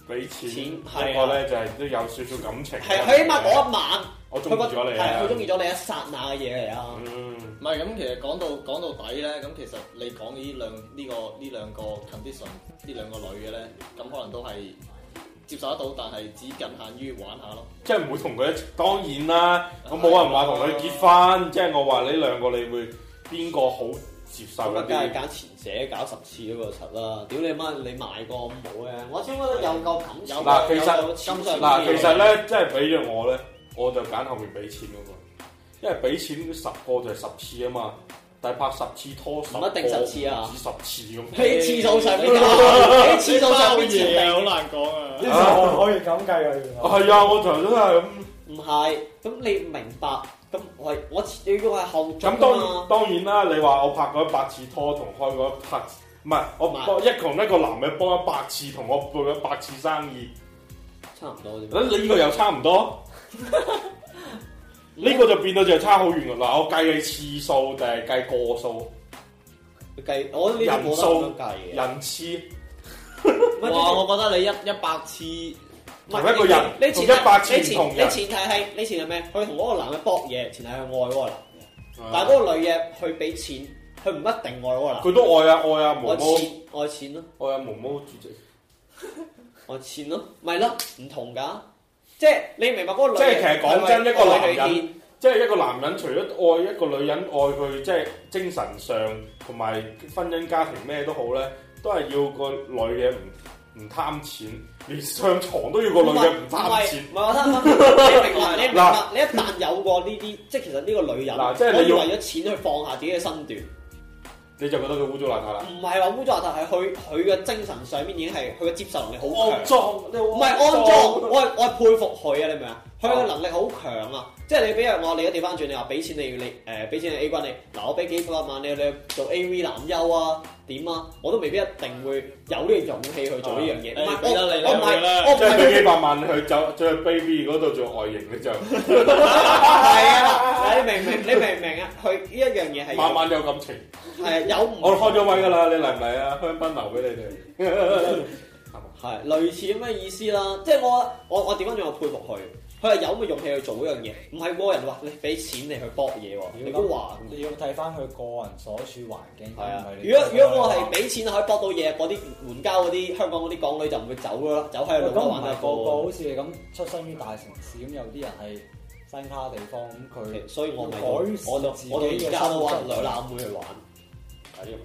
Speaker 1: 俾
Speaker 4: 錢
Speaker 1: 錢，
Speaker 4: 係啊
Speaker 1: 一個咧就係都有少少感情。
Speaker 4: 係佢起碼嗰一晚，
Speaker 1: 我啊中
Speaker 4: 佢
Speaker 1: 意咗你
Speaker 4: 係
Speaker 1: 啊
Speaker 4: 佢。中意咗你一剎那嘅嘢嚟啊！
Speaker 1: 嗯
Speaker 6: 唔係咁，其實講到講到底咧，咁其實你講嘅呢兩呢、個呢兩個 condition，呢兩個女嘅咧，咁可能都係接受得到，但係只僅限於玩下咯。
Speaker 1: 即係唔會同佢一齊，當然啦，我冇人話同佢結婚，即係我話呢兩個你會邊個好接受
Speaker 4: 咁啊，
Speaker 1: 嗰
Speaker 4: 梗係
Speaker 1: 啲？
Speaker 4: 揀前者搞十次嗰個柒啦！屌你媽，你賣個冇嘅，我先覺得有夠感情，
Speaker 1: 嗱其實
Speaker 4: 有夠錢上
Speaker 1: 嗱，
Speaker 4: 面嘅
Speaker 1: 其實咧，即係俾咗我咧，我就揀後面俾錢嗰個，因為俾錢十個就係十次啊嘛，但係拍十次拖十個
Speaker 4: 唔一定十次啊
Speaker 1: 唔止十次咁。
Speaker 4: 喺次數上面搞，喺次數上面設定。
Speaker 6: 好難講啊！
Speaker 7: 呢個唔可以咁計㗎，原來。
Speaker 1: 係啊，我就真係咁。
Speaker 4: 唔係，咁你明白？咁我係我你要係後續
Speaker 1: 咁
Speaker 4: 㗎
Speaker 1: 當
Speaker 4: 嘛
Speaker 1: 然當然啦，你話我拍過一百次拖同開過一百次，唔係我
Speaker 4: 唔係
Speaker 1: 幫一同一個男嘅幫一百次，同我做一百次生意，
Speaker 4: 差唔多啫嘛。
Speaker 1: 你呢個又差唔多。 呢個就變到就差好遠㗎嗱，我計你次數定係計個數、
Speaker 4: 你計我呢啲冇得咁樣計嘅。
Speaker 1: 人次，
Speaker 4: 喂
Speaker 6: 哇！我覺得你一一百次
Speaker 4: 唔
Speaker 1: 同
Speaker 4: 係
Speaker 1: 一個人
Speaker 4: 你前
Speaker 1: 同一百次
Speaker 4: 你前
Speaker 1: 唔同人
Speaker 4: 你前提係你前提係咩？佢同嗰個男嘅搏嘢，前提係愛嗰個男，但係嗰個女嘅佢俾錢，佢唔一定愛嗰個男。
Speaker 1: 佢都愛啊愛啊毛
Speaker 4: 愛
Speaker 1: 毛
Speaker 4: 錢愛錢咯，
Speaker 1: 愛啊毛毛主席，
Speaker 4: 我錢咯，咪咯，唔同㗎。即係你明白嗰個女
Speaker 1: 即係
Speaker 4: 人
Speaker 1: 其實講真
Speaker 4: 係咪
Speaker 1: 一個
Speaker 4: 愛
Speaker 1: 男
Speaker 4: 佢
Speaker 1: 人
Speaker 4: 見
Speaker 1: 即係一個男人除咗愛一個女人，愛佢即係精神上同埋婚姻家庭咩都好咧，都係要個女嘅唔唔貪錢，連上床都要個女嘅唔貪錢。
Speaker 4: 唔係我貪唔係你明白？你明白
Speaker 1: 嗱？
Speaker 4: 你一旦有過呢啲，即係其實呢個女人，
Speaker 1: 嗱即係你要
Speaker 4: 可以為咗錢去放下自己嘅身段，
Speaker 1: 你就覺得佢污糟邋遢啦，
Speaker 4: 唔係話污糟邋遢，係佢佢嘅精神上面已經係佢嘅接受能力好
Speaker 6: 哦
Speaker 4: 強
Speaker 1: 骯。髒，你
Speaker 4: 唔
Speaker 1: 唔
Speaker 4: 係安裝，我係我係佩服佢啊！你明唔明啊？佢嘅能力好強啊！即係你比如我你嘅地翻轉，你話俾錢你要你誒俾錢你 A 君你，嗱我俾幾百萬你，你去做 AV 男優啊點啊，我都未必一定會有呢個勇氣去做呢樣嘢。
Speaker 6: 啊
Speaker 4: 唔係
Speaker 6: 誒
Speaker 4: 我
Speaker 6: 俾得你
Speaker 4: 我唔
Speaker 6: 兩句啦
Speaker 4: 係我唔
Speaker 1: 即係
Speaker 4: 係
Speaker 1: 俾幾百萬去走，再去 baby 嗰度做外形嘅就
Speaker 4: 係啊！你明唔明？你明唔明啊？佢呢一樣嘢係
Speaker 1: 慢
Speaker 4: 有
Speaker 1: 慢有感情。
Speaker 4: 係有唔
Speaker 1: 我開咗位㗎啦，你嚟唔嚟啊？香檳留俾你哋。
Speaker 4: 係類似咁嘅意思啦。即係我我我點樣仲我佩服佢，佢係有咁嘅勇氣去做呢樣嘢，唔係個人話你俾錢你去搏嘢喎，你都話。
Speaker 7: 你要睇翻佢個人所處環境，
Speaker 4: 係
Speaker 7: 唔
Speaker 4: 啊
Speaker 7: 係，你
Speaker 4: 如果如果我係俾錢可以搏到嘢，嗰啲援交嗰啲香港嗰啲港女就唔會走㗎啦，走喺
Speaker 7: 喂
Speaker 4: 度
Speaker 7: 咁
Speaker 4: 都
Speaker 7: 唔
Speaker 4: 玩
Speaker 7: 係
Speaker 4: 得
Speaker 7: 個個
Speaker 4: 過。
Speaker 7: 好似你咁出生於大城市，咁有啲人係新卡地方，咁佢
Speaker 4: 所以我咪
Speaker 7: 改善
Speaker 4: 我到
Speaker 7: 自己
Speaker 4: 我到
Speaker 7: 嘅
Speaker 4: 而家都揾
Speaker 7: 生活
Speaker 4: 兩攬妹去玩，係呢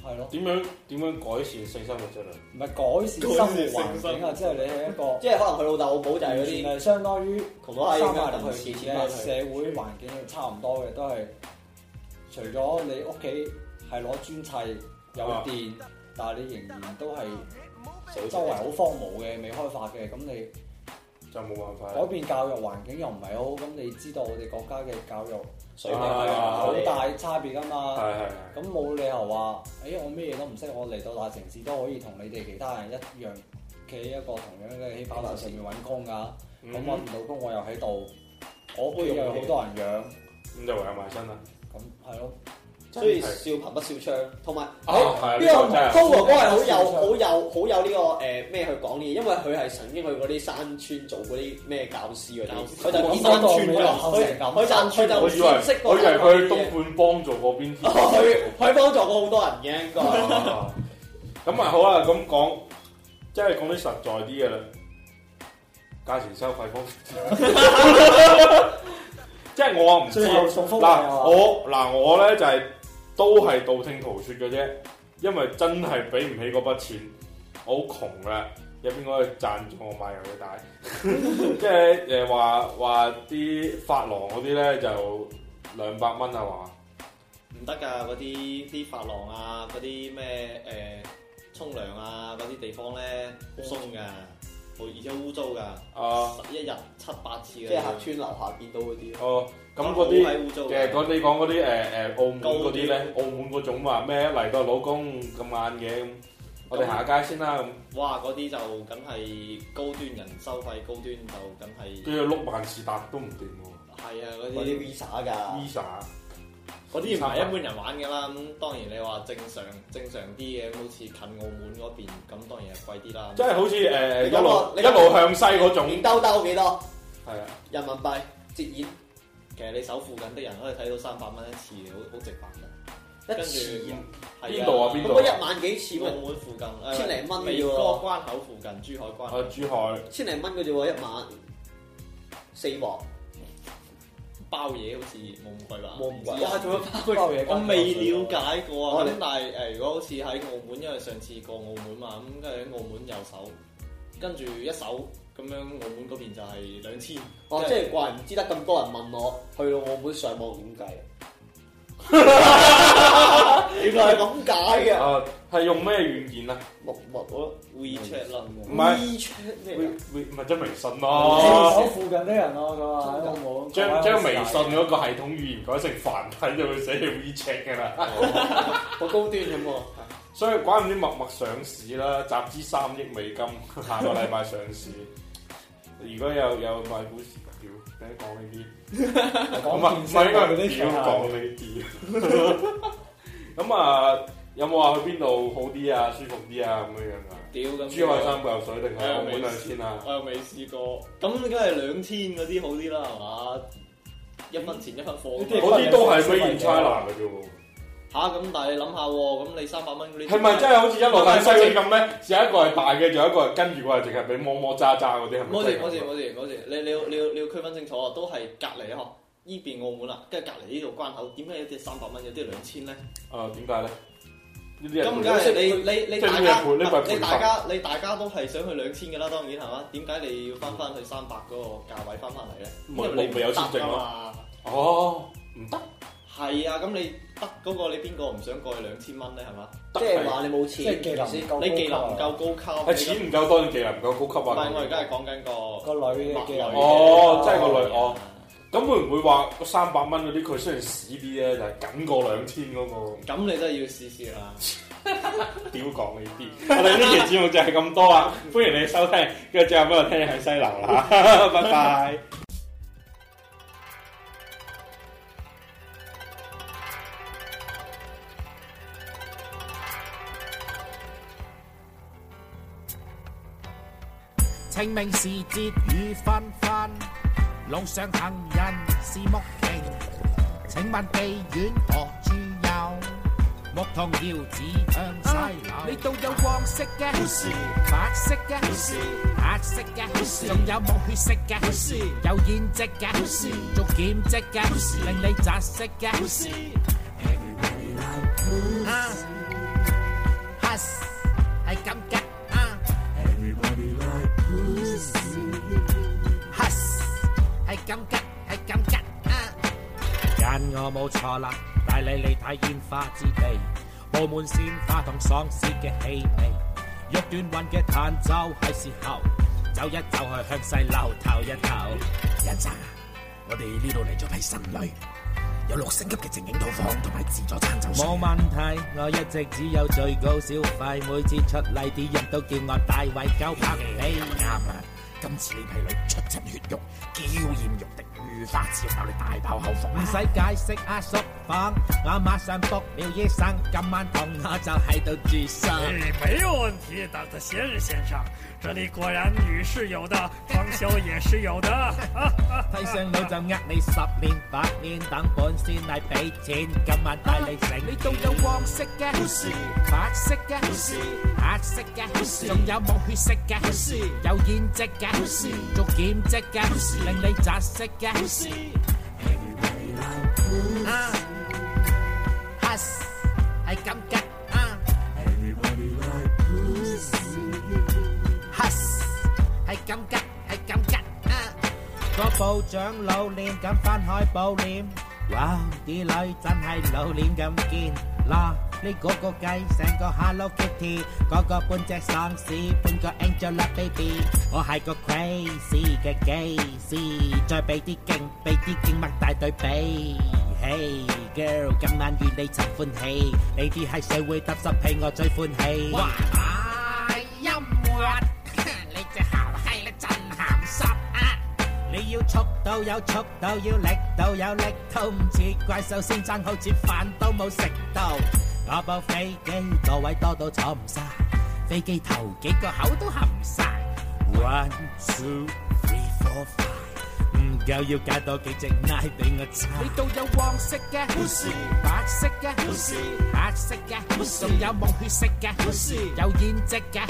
Speaker 7: 係咯，
Speaker 1: 點樣點樣改善性生活質量？
Speaker 7: 唔係改善生活環境啊，即係你係一
Speaker 4: 個
Speaker 7: 個
Speaker 4: 即係可能佢老豆老母就係嗰
Speaker 7: 完
Speaker 4: 啲
Speaker 7: 全係相當於
Speaker 4: 窮到閪
Speaker 7: 三
Speaker 4: 咁樣
Speaker 7: 百
Speaker 4: 抌
Speaker 7: 年
Speaker 4: 錢
Speaker 7: 前
Speaker 4: 錢翻
Speaker 7: 嘅
Speaker 4: 去
Speaker 7: 社。會環境係差唔多嘅，都係除咗你屋企係攞磚砌有
Speaker 1: 啊
Speaker 7: 電，但係你仍然都係
Speaker 4: 水
Speaker 7: 周圍好荒蕪嘅未開發嘅，咁你。
Speaker 1: 就冇辦法
Speaker 7: 改
Speaker 1: 啦。
Speaker 7: 變教育環境又唔係好，咁你知道我哋國家嘅教育
Speaker 4: 水平
Speaker 1: 係啊
Speaker 7: 好
Speaker 4: 係啊，
Speaker 7: 大差別㗎嘛。
Speaker 1: 係係係。
Speaker 7: 咁冇理由話，誒、我咩嘢都唔識，我嚟到大城市都可以同你哋其他人一樣，企喺一個同樣嘅起跑線上面揾工㗎。
Speaker 4: 嗯
Speaker 7: 咁
Speaker 1: 咁
Speaker 7: 揾
Speaker 1: 我
Speaker 7: 唔到工，我又喺度，我屋企又有好多人養，
Speaker 1: 咁就唯有埋身啦。
Speaker 7: 咁係咯。
Speaker 4: 所以笑貧不笑娼，同埋喺
Speaker 1: 啊係啊
Speaker 4: 呢
Speaker 1: 呢個真係
Speaker 4: 個高哥哥係好有
Speaker 7: 笑娼
Speaker 4: 好有好有呢個誒咩去講呢嘢，因為佢係曾經去嗰啲山村做嗰啲咩教師嗰啲，佢就
Speaker 7: 咁
Speaker 4: 見山
Speaker 7: 嗰個
Speaker 4: 村
Speaker 7: 美
Speaker 4: 嗰
Speaker 7: 男
Speaker 4: 度，佢
Speaker 7: 成咁
Speaker 4: 佢就佢就
Speaker 1: 我以為
Speaker 4: 唔識
Speaker 1: 我以為
Speaker 4: 嗰啲嘢
Speaker 1: 佢東半幫做嗰邊 添。
Speaker 4: 佢佢幫助過好多人嘅應該。
Speaker 1: 啊咁啊好啦，咁講即係講啲實在啲嘅啦，價錢收費方面， 即係我唔知
Speaker 7: 最後送福利
Speaker 1: 嗱
Speaker 7: 啊
Speaker 1: 我嗱我咧就係、都係道聽途説嘅啫，因為真係俾唔起嗰筆錢，我好窮啦。有邊個贊助我買遊戲帶？即係誒話話啲髮廊嗰啲咧就兩百蚊啊嘛，
Speaker 6: 唔得㗎，嗰啲啲髮廊啊，嗰啲咩誒沖涼啊，嗰啲地方咧好鬆㗎，好而且污糟㗎，
Speaker 1: 啊
Speaker 6: 一日七八次嘅。
Speaker 4: 即係客村樓下見到嗰啲，
Speaker 1: 哦咁
Speaker 6: 咁
Speaker 1: 嗰啲
Speaker 6: 好。閪污糟
Speaker 4: 啊
Speaker 1: 嘅
Speaker 6: 嘅。
Speaker 1: 嗰你講嗰啲誒誒澳門嗰啲咧
Speaker 6: 高，
Speaker 1: 澳門嗰種話咩嚟個老公咁晏嘅咁，我哋行下街先啦咁，
Speaker 6: 哇！嗰啲就梗係高端人收費，高端就梗係
Speaker 1: 跟住碌萬事達都唔掂喎
Speaker 6: 係啊嗰
Speaker 4: 嗰啲
Speaker 6: 啲
Speaker 4: Visa 㗎，
Speaker 1: ，Visa
Speaker 6: 嗰啲唔係一般人玩㗎啦。咁當然你話正常正常啲嘅，好似近澳門嗰邊咁，當然係貴啲啦。
Speaker 1: 即係好似誒、呃
Speaker 4: 你
Speaker 1: 一
Speaker 4: 講
Speaker 1: 路
Speaker 4: 個
Speaker 1: 一
Speaker 4: 你講
Speaker 1: 路向西嗰種，
Speaker 4: 連兜兜幾多
Speaker 1: 係啊，
Speaker 4: 人民幣折現
Speaker 6: 其實你手附近的人可以睇到三百蚊一次，好好值白㗎。
Speaker 4: 一次啊，
Speaker 6: 係
Speaker 1: 邊度啊邊
Speaker 4: 咁
Speaker 1: 度
Speaker 4: 我一萬幾次
Speaker 6: 澳
Speaker 4: 喎，
Speaker 6: 門附近，誒
Speaker 4: 千零蚊
Speaker 6: 美
Speaker 4: 嘅啫喎
Speaker 6: 國關口附近，珠海關
Speaker 1: 啊
Speaker 6: 口
Speaker 1: 珠海
Speaker 4: 千零蚊嘅啫喎，一晚四鑊
Speaker 6: 包嘢好似冇咁貴吧？
Speaker 4: 冇唔貴，
Speaker 6: 知啊
Speaker 4: 哇！仲有包
Speaker 7: 包嘢
Speaker 6: 我未了解過
Speaker 4: 我
Speaker 6: 啊，
Speaker 4: 哋
Speaker 6: 咁但係誒，如果好似喺澳門，因為上次過澳門嘛，咁跟住喺澳門右手，跟住一手咁樣，澳門嗰邊就係兩千，
Speaker 4: 哦，即係怪唔知得咁多人問我，去到澳門上網點 計？啊原來係咁解嘅，
Speaker 1: 啊係用咩軟件啊？
Speaker 4: 木木咯
Speaker 6: WeChat 咯，
Speaker 1: 唔係
Speaker 4: ，WeChat
Speaker 1: 會
Speaker 4: 咩啊？哦
Speaker 1: 會唔係即係微信
Speaker 7: 我
Speaker 1: 咯，
Speaker 7: 附近啲人咯，佢話喺澳門
Speaker 1: 將將
Speaker 4: 啊
Speaker 1: 微信嗰個系統語言改成繁體就會寫做 WeChat 㗎啦。
Speaker 4: 好高端咁喎，
Speaker 1: 所以怪唔知默默上市啦，集資三億美金， 下個禮拜上市。如果有有買股市，屌，你講呢啲，唔係
Speaker 7: 講
Speaker 1: 唔
Speaker 7: 健
Speaker 1: 係
Speaker 7: 身嗰啲
Speaker 1: 應該屌講呢啲。 咁啊，有冇話去邊度好啲啊、舒服啲啊咁樣樣啊？
Speaker 6: 屌咁。
Speaker 1: 珠海三嚿水定係澳門
Speaker 6: 誒
Speaker 1: 兩千啊？
Speaker 6: 我又未試過，咁梗係兩千嗰啲好啲啦，係嘛？一分錢一分貨
Speaker 7: 呢
Speaker 6: 咁
Speaker 7: 啲
Speaker 6: 樣，
Speaker 1: 嗰啲都係 made in China 嘅啫喎。
Speaker 6: 吓咁，但係你諗下喎，嗯咁你三百蚊嗰啲
Speaker 1: 係咪真係好似一路睇西影咁咧？有一個係大嘅，仲有一個係跟住個係淨係俾摸摸揸揸嗰啲，係咪
Speaker 6: 冇
Speaker 1: 真
Speaker 6: 事
Speaker 1: 係咁啊
Speaker 6: 冇事冇事冇事，你你要你要你要區分清楚啊，都係隔離呵，依邊澳門啦，跟住隔離呢度關口，點解有啲三百蚊，有啲兩千咧？
Speaker 1: 啊，點解咧？呢啲
Speaker 6: 咁
Speaker 1: 人
Speaker 6: 梗係你你你
Speaker 1: 即係
Speaker 6: 大
Speaker 1: 呢
Speaker 6: 家
Speaker 1: 個係培呢個係培
Speaker 6: 你
Speaker 1: 訓
Speaker 6: 大家你大家都係想去兩千嘅啦，當然係嘛？點解你要翻翻去三百嗰個價位翻翻嚟咧？
Speaker 1: 咪
Speaker 6: 因為你
Speaker 1: 咪有
Speaker 6: 唔得
Speaker 1: 簽證
Speaker 6: 㗎
Speaker 1: 咯
Speaker 6: 嘛。
Speaker 1: 哦，唔得
Speaker 6: 係啊，咁你得嗰個你邊個唔想過去兩千蚊咧？係嘛？
Speaker 4: 即係話你冇錢，
Speaker 7: 即係技能唔夠高級啊，
Speaker 6: 你技能唔夠高級，
Speaker 1: 係錢唔夠多，技能唔夠高級
Speaker 6: 唔
Speaker 1: 啊！
Speaker 6: 係我而家係講緊個
Speaker 7: 個女嘅技能
Speaker 1: 哦真係個女哦咁會唔會話個三百蚊嗰啲佢雖然屎啲咧，但係緊過兩千嗰個？
Speaker 6: 咁你真係要試試啦。
Speaker 1: 屌講呢啲，我哋呢期節目就係咁多啦，歡迎你收聽，跟住最後俾我聽喺西流啦， 拜拜。
Speaker 8: 清明時節雨紛紛，路上行人是木徑。請問地院何處有？牧童遙指向西流。啊呢度有黃色嘅，白色嘅，黑色嘅，仲有冇血色嘅，有胭脂嘅，做劍跡嘅，令你窒息嘅。啊，Huss 係咁嘅啊。Huss 係咁吉，係咁吉啊！人我冇錯啦，帶你嚟睇煙花之地，布滿鮮花同喪屍嘅氣味，欲斷魂嘅彈奏係時候，走一走去向西流透一透。人生啊，我哋呢度嚟咗批新女，有六星級嘅情景套房同埋自助餐酒冇問題，我一直只有最高消費，每次出嚟啲人都叫我大偉狗拍你。啱啦，啊今次呢批女出盡血肉，嬌豔欲滴，如花似玉，你大爆口服。唔使解釋阿叔房，我馬上 book 廖醫生，今晚同我就喺度住宿。
Speaker 9: 哎，没有问题，Dr. 先生先生，这里果然女是有的，装修也是有的。啊啊
Speaker 8: 睇上女就呃你十年八年，等本先嚟俾錢，今晚帶你食。呢度有黃色嘅、白色嘅、黑色嘅，仲有冇血色嘅，有胭脂嘅，做劍跡嘅，令你窒息嘅。
Speaker 9: À.
Speaker 8: 啊，Huss 係咁嘅啊，Huss 係咁嘅係咁嘅
Speaker 9: à.
Speaker 8: 啊。個部長老臉咁翻開布簾，哇！啲女真係老臉咁堅嗱，呢嗰個計成個 Hello Kitty，嗰個半隻喪屍，半個 Angelababy，我係個 crazy 嘅 case，再俾啲勁，俾啲勁擘大對比。Hey girl，今晚與你尋歡喜，你啲係社會搭濕屁，我最歡喜。哇！音樂，你隻鹹閪你真鹹濕啊！你要速度有速度，要力度有力度，唔似怪獸先生好似飯都冇食到。我部飛機座位多到坐唔晒，飛機頭幾個口都含晒。One two three four five，唔夠要加多幾隻奶俾我踩。呢度有黃色嘅，白色嘅，黑色嘅，仲有冇血色嘅，有胭脂嘅，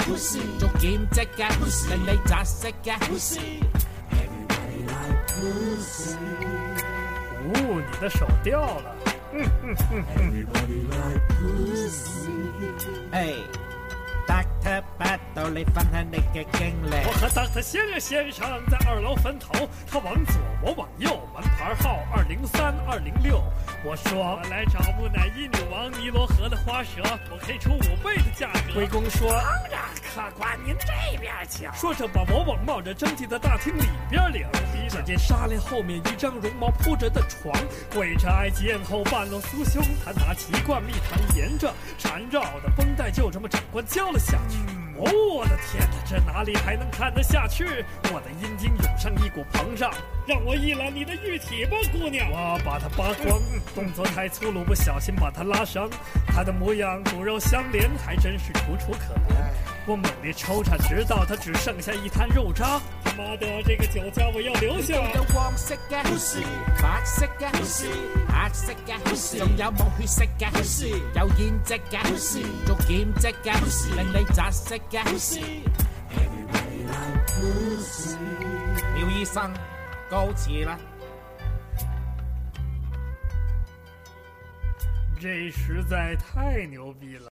Speaker 8: 做劍跡嘅，令你窒息嘅。
Speaker 9: 哦，你的手掉了。
Speaker 8: 诶，得得不到你分享你嘅經歷
Speaker 9: 我。和 Dr. 先生先生在二楼坟头，他往左，我往右，门牌号二零三二零六。我说我来找木乃伊女王尼罗河的花蛇，我可以出五倍的价格。龟公说：“当然，客官您这边请。”说着把我往冒着蒸汽的大厅里边领。只见纱帘后面一张绒毛铺着的床，跪着埃及艳后半露酥胸，她拿奇罐蜜糖沿着缠绕的绷带就这么长官浇了下去。哦，我的天哪，这哪里还能看得下去？我的阴茎涌上一股膨胀，让我一览你的玉体吧，姑娘。我把她扒光，动作太粗鲁，不小心把她拉伤。她的模样骨肉相连，还真是楚楚可怜。我猛地抽插，直到它只剩下一滩肉渣。他妈的，这个酒家我要留下！
Speaker 8: 有黃色嘅 pussy，白色嘅 pussy，黑色嘅 pussy，仲有冇血色嘅 pussy，有胭脂嘅 pussy，做兼職嘅 pussy，令你窒息嘅 pussy。廖醫生，告辭啦。
Speaker 9: 这实在太牛逼了。